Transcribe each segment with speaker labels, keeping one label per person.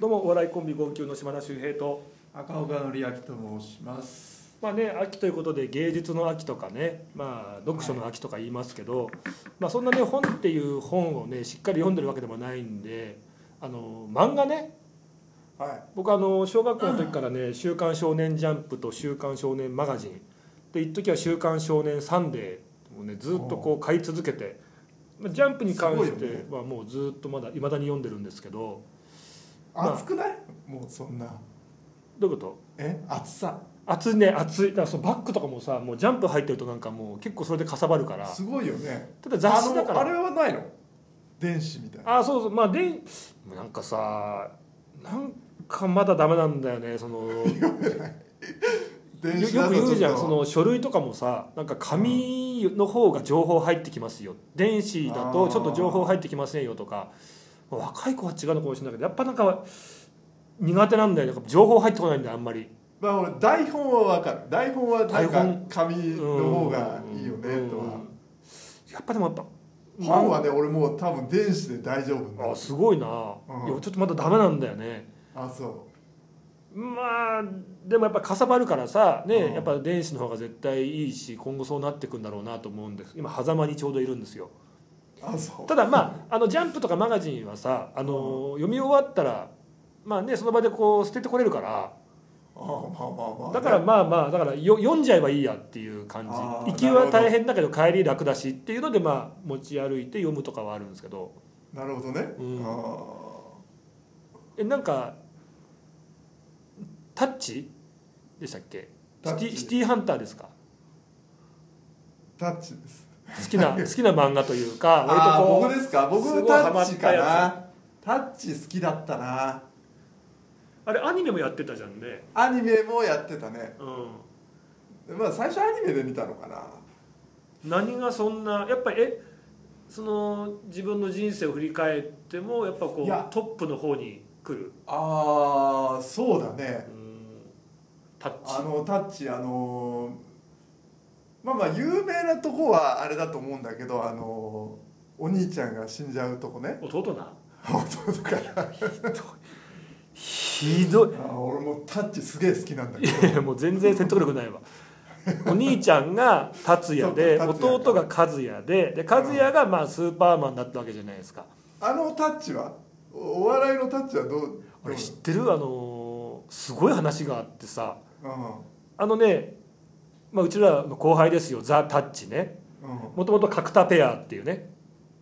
Speaker 1: どうもお笑いコンビ号泣の島田秀平と
Speaker 2: 赤岡のりあきと申します。
Speaker 1: まあね秋ということで芸術の秋とかねまあ読書の秋とか言いますけど、まあそんなね本っていう本をねしっかり読んでるわけでもないんであの漫画ね
Speaker 2: は
Speaker 1: 僕あの小学校の時からね「週刊少年ジャンプ」と「週刊少年マガジン」で一時は「週刊少年サンデー」をねずっとこう買い続けてまあジャンプに関し
Speaker 2: すごいよ
Speaker 1: て
Speaker 2: ね
Speaker 1: はもうずっとまだいまだに読んでるんですけどまあ
Speaker 2: 暑くない？もうそんな
Speaker 1: どういうこと
Speaker 2: え暑さ
Speaker 1: 暑いね暑いだからそのバッグとかもさもうジャンプ入ってるとなんかもう結構それでかさばるから
Speaker 2: すごいよね。
Speaker 1: ただ雑誌だから
Speaker 2: あのあれはないの？電子みたいな。
Speaker 1: あそうそうまあでなんかさなんかまだダメなんだよねそのよ
Speaker 2: 電子
Speaker 1: よく言うじゃん
Speaker 2: ちょ
Speaker 1: そ
Speaker 2: っと
Speaker 1: の書類とかもさなんか紙の方が情報入ってきますよ電子だとちょっと情報入ってきませんよとか若い子は違うのかもしれないけどやっぱなんか苦手なんだよねなんか情報入ってこないんだよあんまり
Speaker 2: まあ俺台本はわかる。台本はなん
Speaker 1: 台本
Speaker 2: か紙の方がいいよねとは。
Speaker 1: うんやっぱでもやっぱ
Speaker 2: 本はね俺もう多分電子で大丈夫な
Speaker 1: あ
Speaker 2: の。
Speaker 1: すごいな、
Speaker 2: うん
Speaker 1: いやちょっとまだダメなんだよね
Speaker 2: あそ
Speaker 1: まあでもやっぱかさばるからさね、
Speaker 2: うん
Speaker 1: やっぱ電子の方が絶対いいし今後そうなってくんだろうなと思うんです今狭間にちょうどいるんですよ
Speaker 2: うあそう。
Speaker 1: ただまああのジャンプとかマガジンはさあの、読み終わったらまあねその場でこう捨ててこれるから
Speaker 2: あまあまあまあ。
Speaker 1: だからまあまあだからよ読んじゃえばいいやっていう感じ
Speaker 2: あー
Speaker 1: 行きは大変だけど帰り楽だしっていうのでまあ持ち歩いて読むとかはあるんですけど
Speaker 2: なるほどね。
Speaker 1: うん
Speaker 2: あ
Speaker 1: えなんかタッチでしたっけ
Speaker 2: タ
Speaker 1: シテ
Speaker 2: ッチ
Speaker 1: ィシティハンターですか
Speaker 2: ータッチです。
Speaker 1: 好き な好きな漫画というか割
Speaker 2: ああ
Speaker 1: とこ
Speaker 2: 僕ですか僕
Speaker 1: すごい
Speaker 2: タ
Speaker 1: ハマ
Speaker 2: ッ
Speaker 1: っ
Speaker 2: チ
Speaker 1: た
Speaker 2: か
Speaker 1: やつ
Speaker 2: なタッチ好きだったな
Speaker 1: うあれアニメもやってたじゃんね
Speaker 2: アニメもやってたね
Speaker 1: う
Speaker 2: まあ最初アニメで見たのかなん
Speaker 1: 何がそんなやっぱりえその自分の人生を振り返ってもやっぱこう
Speaker 2: いや
Speaker 1: トップの方に来る
Speaker 2: ああそうだね
Speaker 1: うんタッチ
Speaker 2: あのタッチあのーまあまあ有名なとこはあれだと思うんだけどあのーお兄ちゃんが死んじゃうとこ ね
Speaker 1: 弟な
Speaker 2: 弟から
Speaker 1: ひどい
Speaker 2: あー俺もタッチすげえ好きなんだけど
Speaker 1: いやもう全然説得力ないわお兄ちゃんが達也で
Speaker 2: そうか達也
Speaker 1: 弟が和也でで和也がまあスーパーマンだったわけじゃないですか
Speaker 2: あのタッチはおお笑いのタッチはどう
Speaker 1: 俺知ってるあのーすごい話があってさ
Speaker 2: う
Speaker 1: あのね、まあ、うちらの後輩ですよザ・タッチね
Speaker 2: んうん
Speaker 1: もともと角田ペアっていうね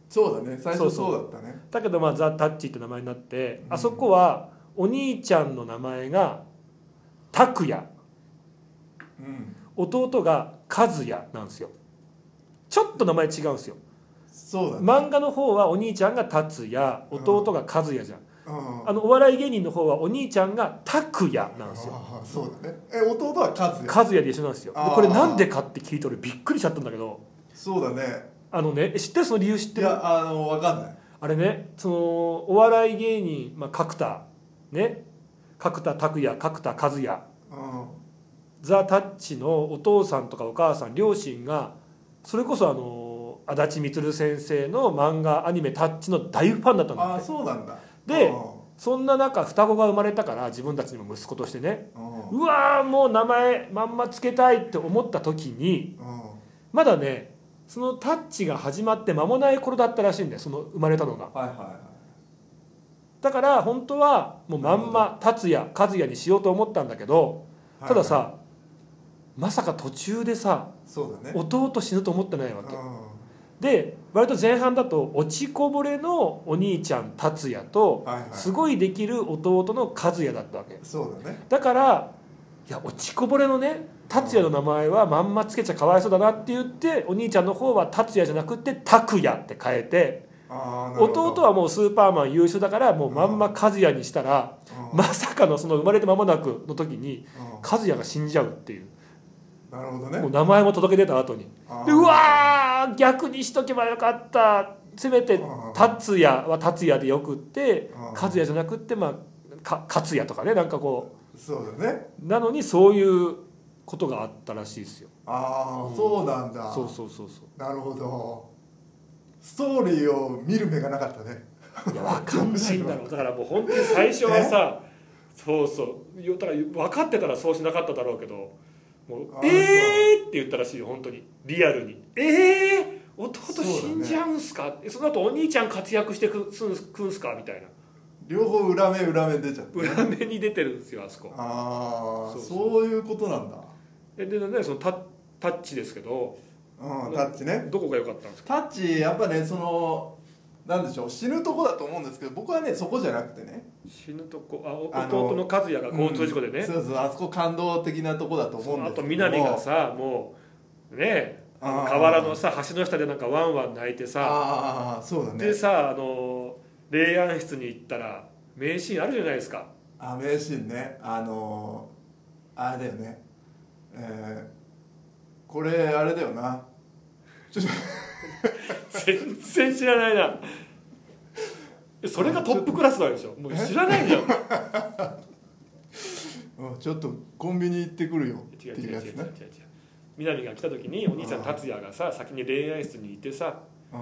Speaker 2: そうだね最
Speaker 1: そう
Speaker 2: 初
Speaker 1: そう
Speaker 2: そうだったね
Speaker 1: だけどまあザ・タッチって名前になって
Speaker 2: うん
Speaker 1: あそこはお兄ちゃんの名前が拓也
Speaker 2: うん
Speaker 1: 弟が和也なんですよちょっと名前違うんですよ
Speaker 2: そうだね、
Speaker 1: 漫画の方はお兄ちゃんが達也弟が和也じゃん
Speaker 2: うん
Speaker 1: あのお笑い芸人の方はお兄ちゃんが拓也なんですよ
Speaker 2: ああそうだねえ弟はカズ
Speaker 1: 和也で一緒なんですよで
Speaker 2: あー
Speaker 1: これなんでかって聞いて俺びっくりしちゃったんだけど
Speaker 2: そうだね
Speaker 1: あのねえ知ってるその理由知っ
Speaker 2: い
Speaker 1: てる
Speaker 2: やあの分かんない
Speaker 1: あれねそのお笑い芸人、まあ、角田ね角田拓也角田和也
Speaker 2: う
Speaker 1: ザ・タッチのお父さんとかお母さん両親がそれこそあの足立満先生の漫画アニメ「タッチ」の大ファンだったん
Speaker 2: ん
Speaker 1: だ
Speaker 2: あ
Speaker 1: っ
Speaker 2: あ
Speaker 1: て
Speaker 2: そうなんだ
Speaker 1: で
Speaker 2: う
Speaker 1: そんな中双子が生まれたから自分たちにも息子としてね
Speaker 2: んうん
Speaker 1: うわーもう名前まんまつけたいって思った時に
Speaker 2: うん
Speaker 1: まだねその「タッチ」が始まって間もない頃だったらしいんだよその生まれたのが
Speaker 2: はいはいはい
Speaker 1: だから本当はもうまんま達也和也にしようと思ったんだけどただ
Speaker 2: はい
Speaker 1: さまさか途中でさ
Speaker 2: はいそうだね
Speaker 1: 弟死ぬと思ってないわけ
Speaker 2: う
Speaker 1: で割と前半だと落ちこぼれのお兄ちゃん達也
Speaker 2: ん
Speaker 1: と
Speaker 2: はいはい
Speaker 1: すごいできる弟の和也だったわけ
Speaker 2: そうだね
Speaker 1: だからいや落ちこぼれのね達也の名前はまんまつけちゃかわいそうだなって言ってお兄ちゃんの方は達也じゃなくて拓也って変えて
Speaker 2: ああなるほど
Speaker 1: 弟はもうスーパーマン優秀だからもうまんま和也にしたら
Speaker 2: うん
Speaker 1: まさかのその生まれて間もなくの時に
Speaker 2: うん
Speaker 1: 和也が死んじゃうっていう
Speaker 2: なるほど
Speaker 1: も
Speaker 2: ね
Speaker 1: う名前も届け出た後に
Speaker 2: あー
Speaker 1: でうわー逆にしとけばよかったせめて
Speaker 2: うん
Speaker 1: 達也は達也でよくって
Speaker 2: うん
Speaker 1: 和也じゃなくってまあか勝也とかねなんかこう
Speaker 2: そうだね
Speaker 1: なのにそういうことがあったらしいですよ
Speaker 2: あ
Speaker 1: う
Speaker 2: あ
Speaker 1: ん
Speaker 2: そうなんだ
Speaker 1: そうそうそうそう
Speaker 2: なるほどストーリーを見る目がなかったね
Speaker 1: いやわかんないんだろうだからもう本当に最初はさそうそうよだから分かってたらそうしなかっただろうけどもう「
Speaker 2: あー
Speaker 1: えー!」って言ったらしいよ本当にリアルに「えー!」弟死んじゃうんすかってそ,、の後お兄ちゃん活躍してくすんくんすかみたいな
Speaker 2: 両方裏目裏目出ちゃって
Speaker 1: 裏目に出てるんですよあそこ
Speaker 2: ああ
Speaker 1: そ
Speaker 2: そ
Speaker 1: そ
Speaker 2: うう
Speaker 1: う
Speaker 2: いうことなんだ
Speaker 1: でで、ね、そのタッタッチですけど
Speaker 2: うんタッチね
Speaker 1: どこが良かったんですか
Speaker 2: タッチやっぱねそのなんでしょう死ぬとこだと思うんですけど僕はねそこじゃなくてね
Speaker 1: 死ぬとこあお
Speaker 2: あの
Speaker 1: 弟の和也が交通事故でね、
Speaker 2: うんそうそうあそこ感動的なとこだと思
Speaker 1: そうの
Speaker 2: ん
Speaker 1: 後
Speaker 2: ですけども
Speaker 1: 南がさもうねあの
Speaker 2: あー
Speaker 1: 河原のさ橋の下でなんかワンワン泣いてさ
Speaker 2: ああそうだね
Speaker 1: でさあの霊安室に行ったら名シーンあるじゃないですか
Speaker 2: あ名シーンねあのー、あれだよねえー、これあれだよな
Speaker 1: 全然知らないなそれがトップクラスなんでしょもう知ら ないじゃん
Speaker 2: うんちょっとコンビニ行ってくるよって
Speaker 1: 違う違う
Speaker 2: い
Speaker 1: 違
Speaker 2: う
Speaker 1: う違う違
Speaker 2: やつ
Speaker 1: う
Speaker 2: ね
Speaker 1: 南が来た時にお兄ちゃん達也がさ先に霊安室にいてさ
Speaker 2: うん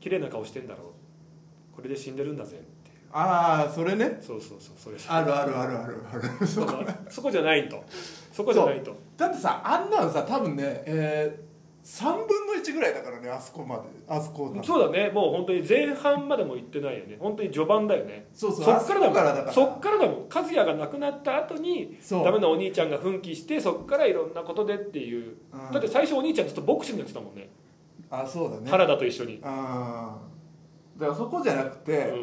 Speaker 1: 綺麗な顔してんだろうこれで死んでるんだぜって
Speaker 2: ああそれね
Speaker 1: そうそうそうそれ
Speaker 2: あるあるあるあるあるそ
Speaker 1: だ
Speaker 2: こ
Speaker 1: からそこじゃないとそこじゃないと
Speaker 2: だってさあんなんさ多分ねえー、3分の1ぐらいだからねあそこまであそこなんて
Speaker 1: そうだねもう本当に前半までも行ってないよね本当に序盤だよね
Speaker 2: そうそう
Speaker 1: そっからだもん
Speaker 2: あそこからだから
Speaker 1: そっからだもん和也が亡くなった後に
Speaker 2: そう
Speaker 1: ダメなお兄ちゃんが奮起してそっからいろんなことでっていう、
Speaker 2: うん
Speaker 1: だって最初お兄ちゃんずっとボクシングやってたもんね
Speaker 2: あそうだね
Speaker 1: 原田と一緒に、
Speaker 2: あーだからそこじゃなくて、
Speaker 1: う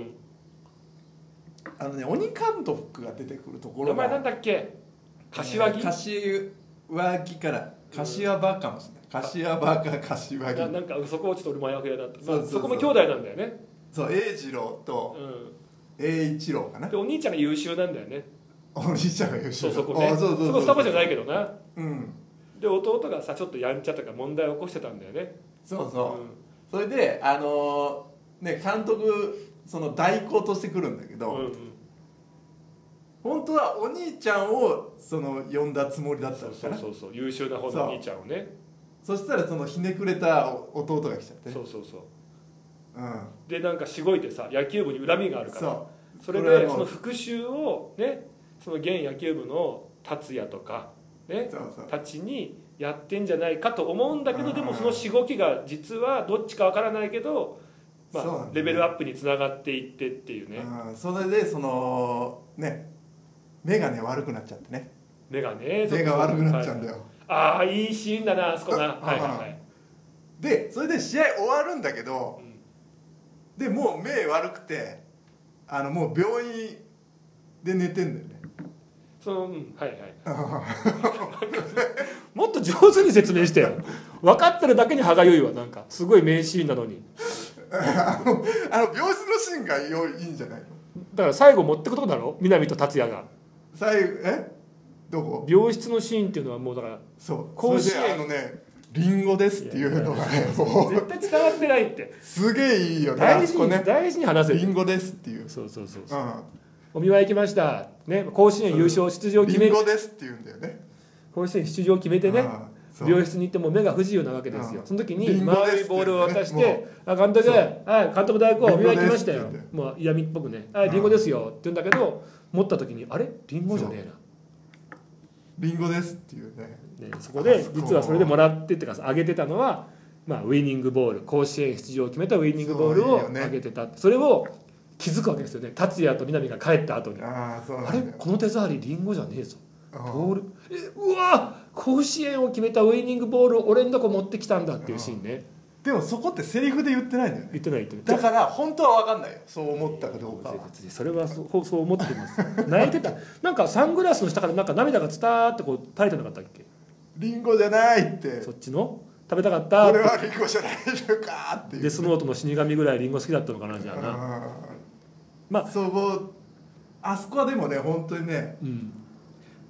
Speaker 2: あのね鬼監督が出てくるとこ
Speaker 1: ん、名
Speaker 2: ろが
Speaker 1: 前なんだっけ柏木、
Speaker 2: 柏木から柏バかもしれない柏バか柏
Speaker 1: な
Speaker 2: 木
Speaker 1: なんかそこをちょっと俺もあやふやだった、
Speaker 2: そ
Speaker 1: ま
Speaker 2: う
Speaker 1: あ、
Speaker 2: そうそう
Speaker 1: そこも兄弟なんだよね、
Speaker 2: そう栄次郎と
Speaker 1: う
Speaker 2: 栄一郎か
Speaker 1: ん、
Speaker 2: な
Speaker 1: でお兄ちゃんが優秀なんだよね
Speaker 2: お兄ちゃんが優
Speaker 1: そう
Speaker 2: 秀
Speaker 1: そこね
Speaker 2: あそう
Speaker 1: そ
Speaker 2: そうそう
Speaker 1: こ双子じゃないいけどな
Speaker 2: うん
Speaker 1: で弟がさちょっとやんちゃとか問題を起こしてたんだよね
Speaker 2: そう
Speaker 1: う
Speaker 2: そう、それであのーね監督その代行としてくるんだけど、
Speaker 1: んうんうん
Speaker 2: 本当はお兄ちゃんをその呼んだつもりだった
Speaker 1: そ
Speaker 2: ん
Speaker 1: う
Speaker 2: です
Speaker 1: そ
Speaker 2: か
Speaker 1: う
Speaker 2: ら
Speaker 1: そうそう優秀な方のお兄ちゃんをね
Speaker 2: そしたらそのひねくれた弟が来ちゃってね
Speaker 1: そうそうそう
Speaker 2: うん
Speaker 1: でなんかしごいてさ野球部に恨みがあるから
Speaker 2: そ
Speaker 1: それ
Speaker 2: これ
Speaker 1: で
Speaker 2: はもう
Speaker 1: その復讐をねその現野球部の達也とか
Speaker 2: う
Speaker 1: ね
Speaker 2: そうそう
Speaker 1: たちにやってんじゃないかと思うんだけどで
Speaker 2: う
Speaker 1: も
Speaker 2: ん
Speaker 1: そのしごきが実はどっちかわからないけど、ま
Speaker 2: そうなんだ
Speaker 1: あ、
Speaker 2: ね
Speaker 1: レベルアップにつながっていってっていうね
Speaker 2: うん、それでそのね目がね悪くなっちゃってね
Speaker 1: 目がね
Speaker 2: 目が悪くなっちゃうんだ
Speaker 1: よ、
Speaker 2: よ
Speaker 1: ああいいシーンだなあそこな
Speaker 2: うん
Speaker 1: はいはいはい、
Speaker 2: でそれで試合終わるんだけど
Speaker 1: うん
Speaker 2: でもう目悪くてあのもう病院で寝てんだよね
Speaker 1: そのうんはいはい もっと上手に説明してよ分かってるだけに歯がゆいわなんかすごい名シーンなのに
Speaker 2: あの病室のシーンが良いいいんじゃないの
Speaker 1: だから最後持ってくとこだろ南と達也が
Speaker 2: 最後えどこ
Speaker 1: 病室のシーンっていうのはもうだから
Speaker 2: そう
Speaker 1: 甲
Speaker 2: 甲
Speaker 1: 子園
Speaker 2: 子園あのねリンゴですっていうのが ねもう
Speaker 1: 絶対伝わってないって
Speaker 2: すげえいいよね
Speaker 1: 大
Speaker 2: あ
Speaker 1: 事
Speaker 2: そ
Speaker 1: に、
Speaker 2: こね
Speaker 1: 大事に話せ
Speaker 2: リ
Speaker 1: る
Speaker 2: ンゴですっていう、
Speaker 1: そうそうそうそう
Speaker 2: う
Speaker 1: お見舞い行きました、ね、甲子園優勝出場を
Speaker 2: ん、リ
Speaker 1: 決め
Speaker 2: ンゴですっていうんだよね
Speaker 1: 甲子園出場を決めてね
Speaker 2: あーそう
Speaker 1: 病室に行ってもう目が不自由なわけですよ、
Speaker 2: うん
Speaker 1: その時に
Speaker 2: リンゴです
Speaker 1: 丸いボールを渡し
Speaker 2: って言う
Speaker 1: て
Speaker 2: ね
Speaker 1: 「あ監督
Speaker 2: そう
Speaker 1: はい監督代行お見舞い来
Speaker 2: リンゴ
Speaker 1: ま
Speaker 2: で
Speaker 1: し
Speaker 2: す
Speaker 1: た
Speaker 2: っ
Speaker 1: よ
Speaker 2: て言」
Speaker 1: もう嫌味っぽくね「はいリンゴですよ」って言うんだけど持った時に「あれリンゴじゃね
Speaker 2: リンゴですっていうね
Speaker 1: えな」ねそこで
Speaker 2: あそう
Speaker 1: 実はそれでもらってってかあげてたのは、まあ、ウイニングボール甲子園出場を決めたウイニングボール
Speaker 2: そういい
Speaker 1: を
Speaker 2: よね
Speaker 1: あげてたそ,、それを気づくわけですよね達也と南が帰った後に。
Speaker 2: ああそうな
Speaker 1: あ
Speaker 2: んだ
Speaker 1: れ
Speaker 2: よ
Speaker 1: この手触りリンゴじゃねえぞ
Speaker 2: うん
Speaker 1: ボールえうわ甲子園を決めたウイニングボールを俺んとこ持ってきたんだっていうシーンね
Speaker 2: でもそこってセリフで言ってないんだよね
Speaker 1: 言ってない言ってない
Speaker 2: だから本当は分かんないよそう思ったかどうかは
Speaker 1: それはそうそう思ってます 泣いてたなんかサングラスの下からなんか涙がつたーってこう垂れてなかったっけ
Speaker 2: リンゴじゃないって
Speaker 1: そ
Speaker 2: こ
Speaker 1: っちの食べたかっ
Speaker 2: れ
Speaker 1: た
Speaker 2: はリンゴじゃないのかっていう
Speaker 1: デスノートの死神ぐらいリンゴ好きだったのかなじゃあなま
Speaker 2: ま
Speaker 1: あ
Speaker 2: あそこあそこはでもね本当にね、
Speaker 1: うん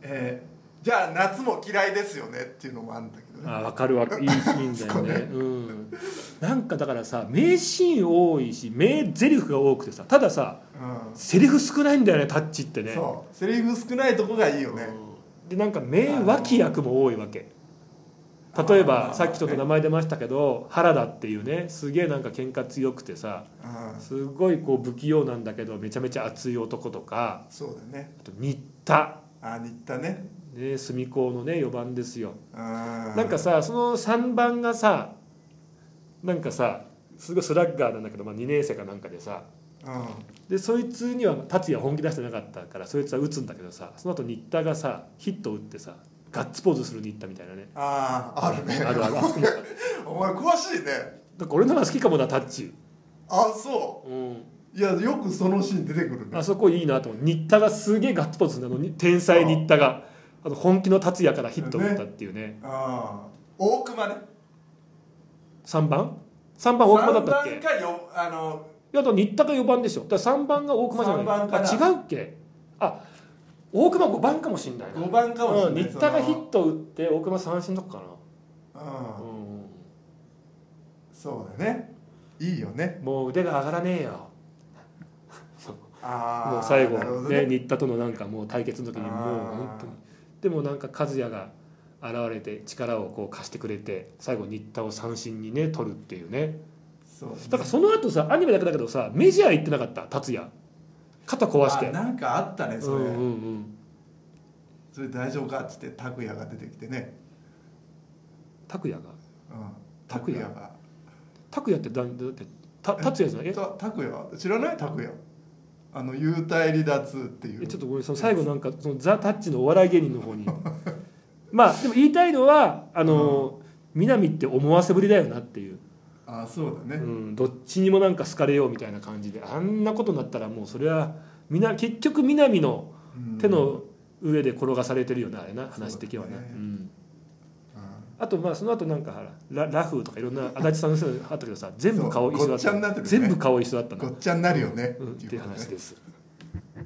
Speaker 2: えーじゃあ夏も嫌いですよねっていうのもあるんだけどね
Speaker 1: あ分かるわいいシーンだよねうんなんかだからさ名シーン多いし名ゼリフが多くてさたださ
Speaker 2: う
Speaker 1: セリフ少ないんだよねタッチって
Speaker 2: ん
Speaker 1: ね
Speaker 2: そうセリフ少ないとこがいいよね、
Speaker 1: でなんか名脇役も多いわけ例えばさっきちょっと名前出ましたけど原田っていうねすげえなんか喧嘩強くてさ
Speaker 2: うん
Speaker 1: すごいこう不器用なんだけどめちゃめちゃ熱い男とか
Speaker 2: そうだね
Speaker 1: あと新田
Speaker 2: あ新田ね
Speaker 1: ね隅高のね4番ですよ
Speaker 2: な
Speaker 1: なんかさその3番がさなんかさすごいスラッガーなんだけど、まあ、2年生かなんかでさ
Speaker 2: う
Speaker 1: でそいつには達也本気出してなかったからそいつは打つんだけどさその後新田がさヒット打ってさガッツポーズする新田みたいなね
Speaker 2: んあああるね
Speaker 1: あるあるなんか
Speaker 2: お前詳しいね
Speaker 1: 俺のが好きかもなタッチ、
Speaker 2: あそ
Speaker 1: うん、
Speaker 2: ういやよくそのシーン出てくるね
Speaker 1: あそこいいなと思う新田がすげえガッツポーズするんだあのに天才新田があの本気の達也からヒット打ったっていうね
Speaker 2: ああ大熊ね
Speaker 1: 3番3番大熊だったっけ
Speaker 2: 三番かよあの
Speaker 1: いやだから新田が4番でしょだから3番が大熊じゃない
Speaker 2: 三番かな
Speaker 1: あ違うっけあ大熊5番かもしんないな
Speaker 2: 五番かもしれない
Speaker 1: うん新田が
Speaker 2: その
Speaker 1: ヒット打って大熊三振とかか
Speaker 2: う
Speaker 1: な、
Speaker 2: ん
Speaker 1: うん
Speaker 2: そうだねいいよね
Speaker 1: もう腕が上がらねえよ
Speaker 2: ああ
Speaker 1: もう最
Speaker 2: なるほ
Speaker 1: 後
Speaker 2: ど
Speaker 1: ね
Speaker 2: ね
Speaker 1: 新田とのなんかもう対決の時にもう
Speaker 2: あー
Speaker 1: 本当にでもなんか和也が現れて力をこう貸してくれて最後新田を三振にね取るっていうね
Speaker 2: そうね
Speaker 1: だからその後さアニメだけだけどさメジャー行ってなかった達也肩壊して
Speaker 2: あなんかあったね
Speaker 1: う
Speaker 2: そ
Speaker 1: ん
Speaker 2: れ、
Speaker 1: うんうん
Speaker 2: それ大丈夫かっつって拓也が出てきてね、
Speaker 1: 拓也が
Speaker 2: うん、
Speaker 1: 拓也
Speaker 2: が
Speaker 1: 拓也ってだだってた達也じゃないえ
Speaker 2: た拓也は知らない拓也あの幽体離脱っていう
Speaker 1: えちょっとごめんその最後なんかそのザ・タッチのお笑い芸人の方にまあでも言いたいのはあの、南って思わせぶりだよなっていう、
Speaker 2: ああそうだ
Speaker 1: う
Speaker 2: ね、
Speaker 1: ん、どっちにもなんか好かれようみたいな感じであんなことになったらもうそれはみな結局南の
Speaker 2: うん
Speaker 1: 手の上で転がされてるよなあれな話的にはね
Speaker 2: そうだね
Speaker 1: うん、
Speaker 2: うん
Speaker 1: あとまあその後なんかほらララフとかいろんな足立さんの人あったけどさ全部顔一緒だった
Speaker 2: そうごっちゃになってるね
Speaker 1: 全部顔一緒だったな
Speaker 2: ごっちゃになるよね、
Speaker 1: うん、っ
Speaker 2: って
Speaker 1: てい
Speaker 2: いううことね
Speaker 1: 話です。